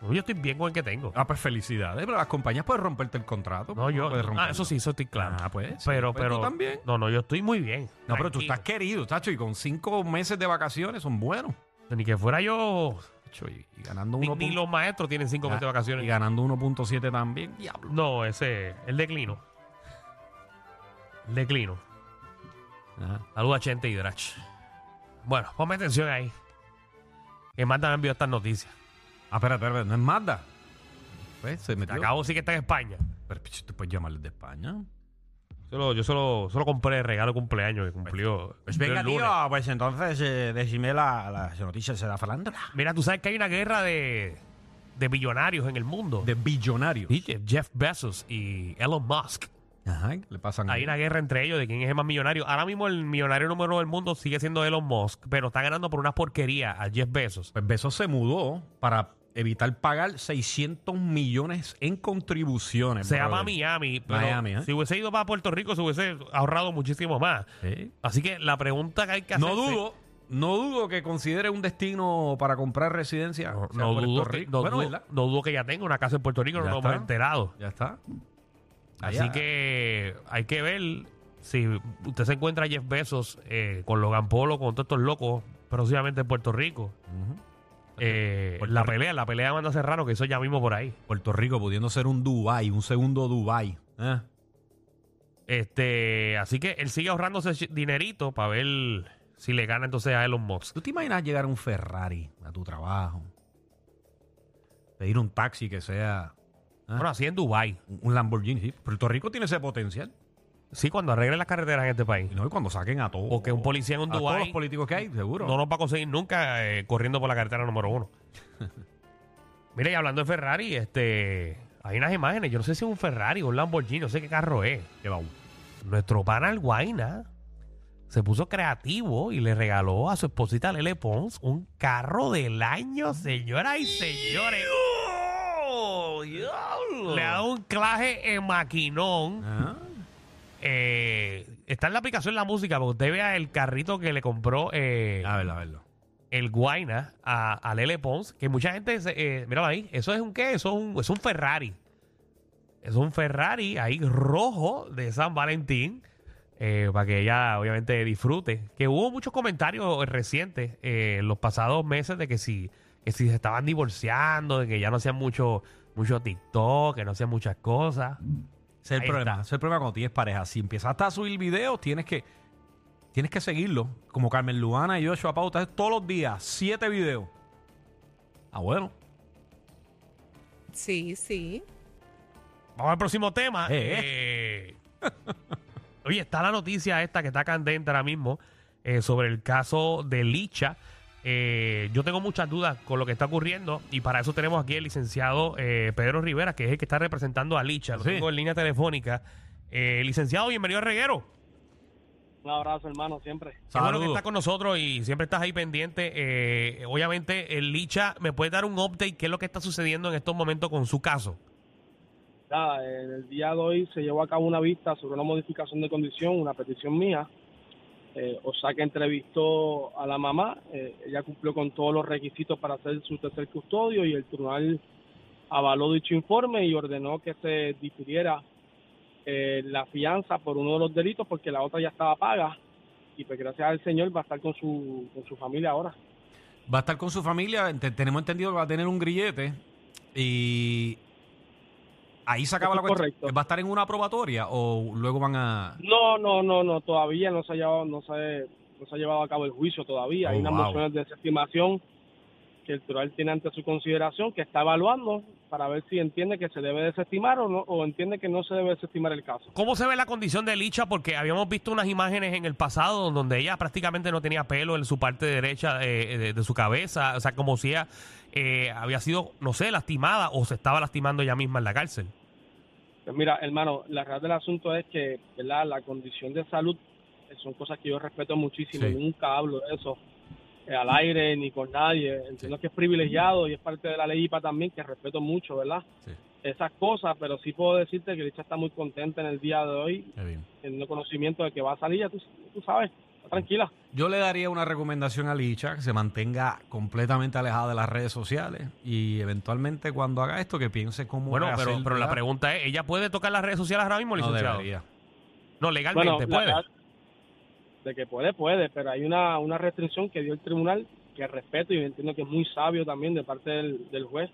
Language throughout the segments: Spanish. No, Yo estoy bien con el que tengo. Ah, pues felicidades. Pero las compañías pueden romperte el contrato. No, yo. puedes Ah, romperlo. eso sí, eso estoy claro. Ah, pues, sí. Pero, Pues pero. tú también. No, no, yo estoy muy bien. No, pero tú Tranquilo. estás querido, Tacho, y con cinco meses de vacaciones son buenos. Ni que fuera yo. Tacho, y, y ganando Ni, uno Ah, ni punto- los maestros tienen cinco meses de vacaciones. Y ganando 1.7 también. No, ese, el declino. El declino. Ajá. Saluda a Chente y Drach. Bueno, ponme atención ahí. Que Magda me envió estas noticias. Ah, espera, espera, espera, no es Mazda. Pues se Te metió. acabo sí que está en España. Pero picho, tú puedes llamarles de España. Solo- yo solo, solo compré el regalo de cumpleaños que cumplió, cumplió el lunes. pues entonces decime la, las noticias de la falándula. Mira, tú sabes que hay una guerra de, de millonarios en el mundo. De billonarios. Sí, que Jeff Bezos y Elon Musk. Ajá, ¿qué le pasan Hay una guerra entre ellos de quién es el más millonario. Ahora mismo el millonario número uno del mundo sigue siendo Elon Musk, pero está ganando por una porquería a Jeff Bezos. Pues Bezos se mudó para evitar pagar 600 millones en contribuciones. Se llama brother. Miami. Pero Miami, ¿eh? Si hubiese ido para Puerto Rico, se hubiese ahorrado muchísimo más. Sí. Así que la pregunta que hay que hacer. No dudo, no dudo que considere un destino para comprar residencia. No, o sea, no Puerto dudo, que, Rico. no, bueno, dudo- ¿verdad? no dudo que ya tenga una casa en Puerto Rico, no Ya lo está. hemos enterado. Ya está. Así Allá. que hay que ver si usted se encuentra a Jeff Bezos eh, con Logan Polo, con todos estos locos, próximamente en Puerto Rico. Ujú. Eh, Puerto la Rico. pelea, la pelea de Amanda Serrano, que eso ya mismo por ahí. Puerto Rico pudiendo ser un Dubai, un segundo Dubai. ¿eh? Este, así que él sigue ahorrándose ese dinerito para ver si le gana entonces a Elon Musk. ¿Tú te imaginas llegar a un Ferrari a tu trabajo? Pedir un taxi que sea Bueno, así en Dubai. un un Lamborghini. Sí, Puerto Rico tiene ese potencial. Sí, cuando arreglen las carreteras en este país. Y no, y cuando saquen a todos. Porque un policía en un a todos Dubái- los políticos que hay, seguro. No nos va a conseguir nunca eh, corriendo por la carretera número uno. Mira, y hablando de Ferrari, este, hay unas imágenes. Yo no sé si es un Ferrari o un Lamborghini, no sé qué carro es. Que va- Nuestro pana el Guaina se puso creativo y le regaló a su esposita Lele Pons un carro del año, señoras y señores. Le ha dado un claje en maquinón. Ah, Eh, está en la aplicación la música, porque usted vea el carrito que le compró eh, a verlo, a verlo. el Guaina a, a Lele Pons, que mucha gente, se- eh, míralo ahí, eso es un qué, eso es un, es un Ferrari. Es un Ferrari ahí rojo de San Valentín, eh, para que ella obviamente disfrute. Que hubo muchos comentarios recientes eh, en los pasados meses de que si, que si se estaban divorciando, de que ya no hacían mucho, mucho TikTok, que no hacían muchas cosas. Ese es el Ahí problema. está. Ese es el problema cuando tienes pareja. Si empezaste a subir videos, tienes que, tienes que seguirlo. Como Carmen Luana y Joshua Pau, ustedes todos los días, siete videos. Ah, bueno. Sí, sí. Vamos al próximo tema. Eh. Eh, oye, está la noticia esta que está candente ahora mismo eh, sobre el caso de Licha. Eh, yo tengo muchas dudas con lo que está ocurriendo y para eso tenemos aquí el licenciado eh, Pedro Rivera, que es el que está representando a Licha. Lo Sí. tengo en línea telefónica. Eh, licenciado, bienvenido a Reguero. Un abrazo, hermano, siempre. Qué bueno que Saludos. estás con nosotros y siempre estás ahí pendiente. Eh, obviamente, eh, Licha, ¿me puedes dar un update? ¿Qué es lo que está sucediendo en estos momentos con su caso? Nada, en el día de hoy se llevó a cabo una vista sobre una modificación de condición, una petición mía. Eh, o sea que entrevistó a la mamá, eh, ella cumplió con todos los requisitos para hacer su tercer custodio y el tribunal avaló dicho informe y ordenó que se difiriera eh, la fianza por uno de los delitos porque la otra ya estaba paga y pues gracias al Señor va a estar con su, con su familia ahora. Va a estar con su familia. ente- tenemos entendido que va a tener un grillete. Y ahí se acaba Eso la es cuestión. correcto. ¿Va a estar en una probatoria o luego van a...? No, no, no, no, todavía no se ha llevado, no se, no se ha llevado a cabo el juicio todavía. Oh, Hay unas wow. mociones de desestimación que el tribunal tiene ante su consideración, que está evaluando para ver si entiende que se debe desestimar o no, o entiende que no se debe desestimar el caso. ¿Cómo se ve la condición de Licha? Porque habíamos visto unas imágenes en el pasado donde ella prácticamente no tenía pelo en su parte derecha eh, de, de su cabeza, o sea, como si ella eh, había sido, no sé, lastimada o se estaba lastimando ella misma en la cárcel. Pues mira, hermano, la realidad del asunto es que, ¿verdad? La condición de salud eh, son cosas que yo respeto muchísimo. Sí. Yo nunca hablo de eso eh, al aire ni con nadie. Entiendo que es privilegiado y es parte de la ley IPA también, que respeto mucho, ¿verdad? Sí. Esas cosas, pero sí puedo decirte que Licha está muy contenta en el día de hoy, Qué bien. teniendo conocimiento de que va a salir, ya tú, tú sabes, está tranquila. Yo le daría una recomendación a Licha que se mantenga completamente alejada de las redes sociales y eventualmente cuando haga esto que piense cómo Bueno, rehacer, pero, pero la ¿verdad? pregunta es, ¿ella puede tocar las redes sociales ahora mismo, no licenciado? debería. No, legalmente la puede. verdad de que puede, puede, pero hay una, una restricción que dio el tribunal que respeto y entiendo que es muy sabio también de parte del, del juez,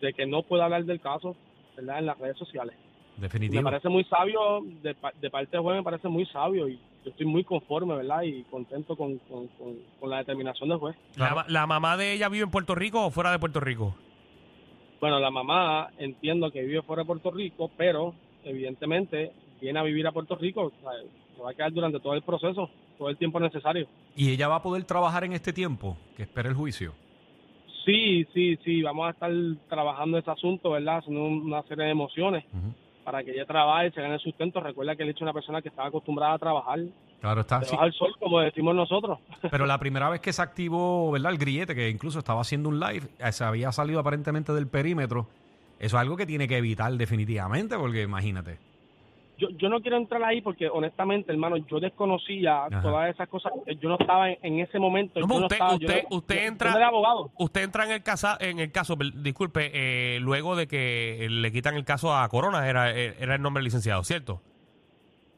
de que no puede hablar del caso ¿verdad? en las redes sociales. Me Definitivo. parece muy sabio, de, pa- de parte del juez me parece muy sabio y yo estoy muy conforme ¿verdad? y contento con, con, con, con la determinación del juez. La, ma- la mamá de ella vive en Puerto Rico o fuera de Puerto Rico? Bueno, la mamá entiendo que vive fuera de Puerto Rico, pero evidentemente viene a vivir a Puerto Rico, o sea, se va a quedar durante todo el proceso, todo el tiempo necesario. Y ella va a poder trabajar en este tiempo que espera el juicio. Sí, sí, sí, vamos a estar trabajando ese asunto, ¿verdad? Haciendo un- una serie de emociones Ujú. para que ella trabaje y se gane el sustento. Recuerda que él es una persona que estaba acostumbrada a trabajar Claro está. sí. debajo del sol, como decimos nosotros. Pero la primera vez que se activó, ¿verdad? El grillete, que incluso estaba haciendo un live, eh, se había salido aparentemente del perímetro. Eso es algo que tiene que evitar definitivamente, porque imagínate. Yo, yo no quiero entrar ahí porque, honestamente, hermano, yo desconocía Ajá. todas esas cosas. Yo no estaba en, en ese momento. No, yo no usted- estaba, yo usted- no- usted yo- yo entra- no era abogado. Usted entra en el, casa, en el caso, pel- disculpe, eh, luego de que le quitan el caso a Corona, era, eh, era el nombre del licenciado, ¿cierto?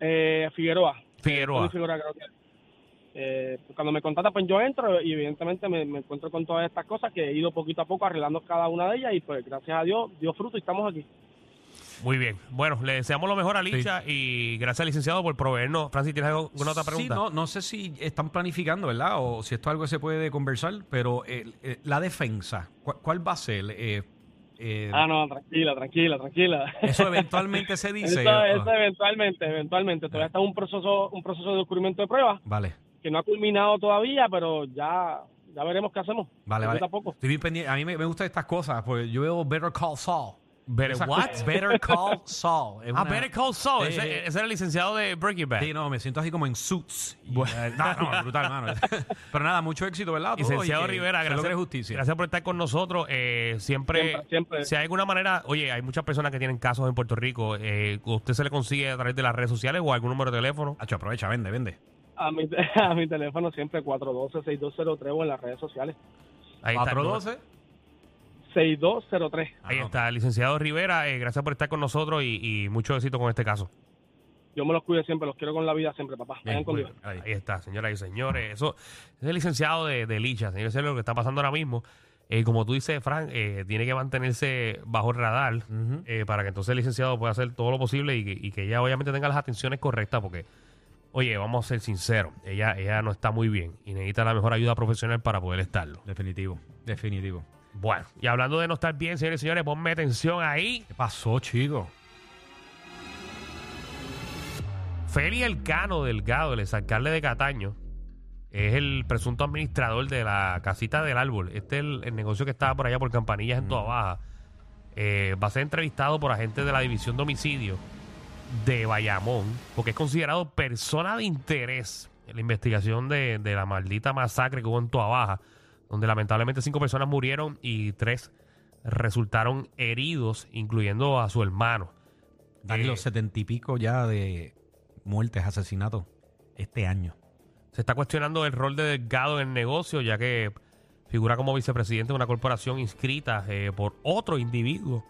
Eh, Figueroa. Figueroa. Tony Figueroa, creo que. Eh, pues, cuando me contrata, pues yo entro y evidentemente me, me encuentro con todas estas cosas que he ido poquito a poco arreglando cada una de ellas y pues gracias a Dios dio fruto y estamos aquí. Muy bien. Bueno, le deseamos lo mejor a Licha y gracias, licenciado, por proveernos. Francis, ¿tienes algo- alguna otra pregunta? Sí, no, no sé si están planificando, ¿verdad? O si esto es algo que se puede conversar, pero eh, eh, la defensa, ¿cuál, cuál va a ser? Eh, eh, Ah, no, tranquila, tranquila, tranquila. Eso eventualmente se dice. Eso, eh, eso eventualmente, eventualmente. Todavía está un proceso, un proceso de descubrimiento de pruebas Vale, que no ha culminado todavía, pero ya, ya veremos qué hacemos. vale, Yo vale. Tampoco. Estoy bien pendiente. A mí me, me gustan estas cosas, porque yo veo Better Call Saul. Better Esas what? cosas. Better Call Saul. Es Ah, una- Better Call Saul. Sí, ese, ese era el licenciado de Breaking Bad. Sí, no, me siento así como en suits. Y, eh, no, no, brutal, hermano. Pero nada, mucho éxito, ¿verdad? Todo, y Licenciado que Rivera, se logre gracias, justicia. gracias por estar con nosotros. Eh, siempre, Siempre, siempre. si hay alguna manera, oye, hay muchas personas que tienen casos en Puerto Rico. eh, ¿Usted se le consigue a través de las redes sociales o algún número de teléfono? Acho, aprovecha, vende, vende. A mi, a mi teléfono siempre 412-6203 o en las redes sociales. Ahí está el número. 412. 6203. Ahí Ah, está, licenciado Rivera, eh, gracias por estar con nosotros y, y mucho éxito con este caso. Yo me los cuido siempre, los quiero con la vida siempre, papá. bien, Vayan con muy Dios. bien, ahí. Ahí está, señoras y señores. Eso ese es el licenciado de, de Licha, señores. Eso es lo que está pasando ahora mismo. Eh, como tú dices, Frank, eh, tiene que mantenerse bajo el radar eh, para que entonces el licenciado pueda hacer todo lo posible y que, y que ella obviamente tenga las atenciones correctas porque, oye, vamos a ser sinceros, ella, ella no está muy bien y necesita la mejor ayuda profesional para poder estarlo. Definitivo, definitivo. Bueno, y hablando de no estar bien, señores y señores, ponme atención ahí. ¿Qué pasó, chico? Feli Elcano Delgado, el exalcalde de Cataño, es el presunto administrador de la casita del árbol. Este es el, el negocio que estaba por allá por Campanillas en Toa Baja. Eh, va a ser entrevistado por agentes de la División de Homicidio de Bayamón, porque es considerado persona de interés en la investigación de, de la maldita masacre que hubo en Toa Baja, donde lamentablemente cinco personas murieron y tres resultaron heridos, incluyendo a su hermano. Dani, Eh, los setenta y pico ya de muertes, asesinatos este año. Se está cuestionando el rol de Delgado en el negocio, ya que figura como vicepresidente de una corporación inscrita eh, por otro individuo.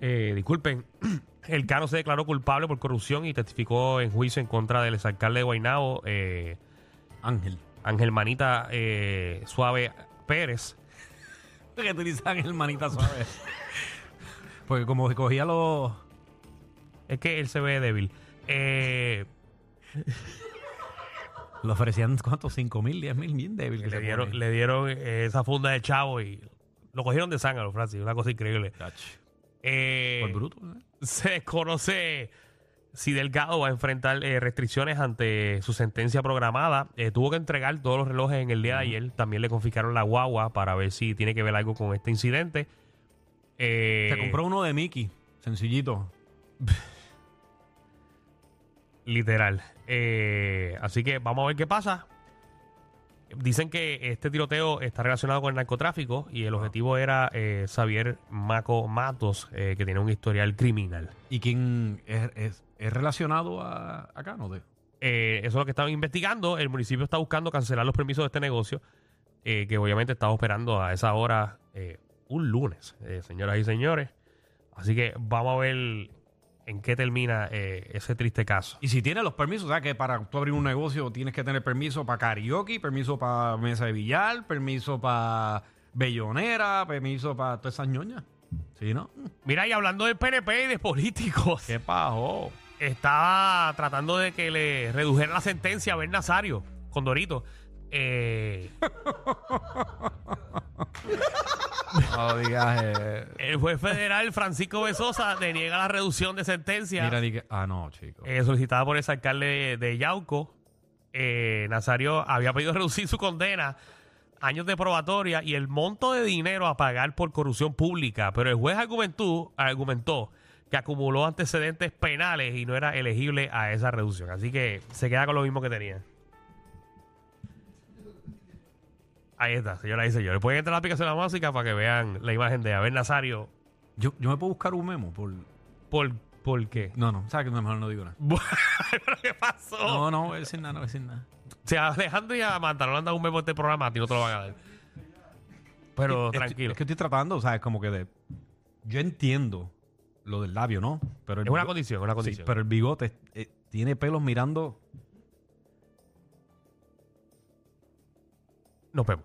Eh, disculpen, el Cano se declaró culpable por corrupción y testificó en juicio en contra del exalcalde de Guaynabo, eh, Ángel. Ángel Manita eh, Suave Pérez. Que tú dices Ángel Manita Suave. Porque como cogía los. Es que él se ve débil. Eh, Le ofrecían, ¿cuántos? ¿Cinco mil? ¿Diez mil? Bien débil. que le se dieron, pone. le dieron eh, esa funda de chavo y lo cogieron de sangre, Francis. Una cosa increíble. Ach, Eh, Por bruto. ¿eh? se desconoce si Delgado va a enfrentar eh, restricciones ante su sentencia programada. Eh, tuvo que entregar todos los relojes en el día de ayer. También le confiscaron la guagua para ver si tiene que ver algo con este incidente. Eh, Se compró uno de Mickey. Sencillito. Literal. Eh, así que vamos a ver qué pasa. Dicen que este tiroteo está relacionado con el narcotráfico y Ah. el objetivo era eh, Xavier Maco Matos, eh, que tiene un historial criminal. ¿Y quién es, es- es relacionado a, a Cano? de- Eh, eso es lo que estaban investigando. El municipio está buscando cancelar los permisos de este negocio, eh, que obviamente estaba operando a esa hora eh, un lunes, eh, señoras y señores. Así que vamos a ver en qué termina eh, ese triste caso. Y si tiene los permisos, o sea que para tú abrir un negocio tienes que tener permiso para karaoke, permiso para mesa de billar, permiso para bellonera, permiso para todas esas ñoñas. ¿Sí, no? Mira, y hablando del PNP y de políticos, ¿Qué pajo? estaba tratando de que le redujera la sentencia a Ben Nazario con Dorito. Eh, No digas. eh, el juez federal Francisco Besosa deniega la reducción de sentencia. mira, di que- Ah, no, chico. eh, solicitada por el alcalde de Yauco, eh, Nazario había pedido reducir su condena, años de probatoria y el monto de dinero a pagar por corrupción pública. Pero el juez argumentó, argumentó que acumuló antecedentes penales y no era elegible a esa reducción. Así que se queda con lo mismo que tenía. Ahí está, señoras y señores. Pueden entrar a la aplicación de la música para que vean la imagen de Abel Nazario. Yo, yo me puedo buscar un memo por. ¿Por, por qué? No, no, sabes que mejor no digo nada. ¿Qué pasó? No, no, voy a decir nada, no voy a decir nada. Si a Alejandro y a Manta no le han dado un memo a este programa, a ti no te lo van a dar. Pero Estoy- tranquilo. Es que estoy tratando, ¿sabes? Como que de. Yo entiendo lo del labio, ¿no? Pero el es una bigo- condición, es una Sí, condición. pero el bigote eh, tiene pelos mirando. Nos vemos.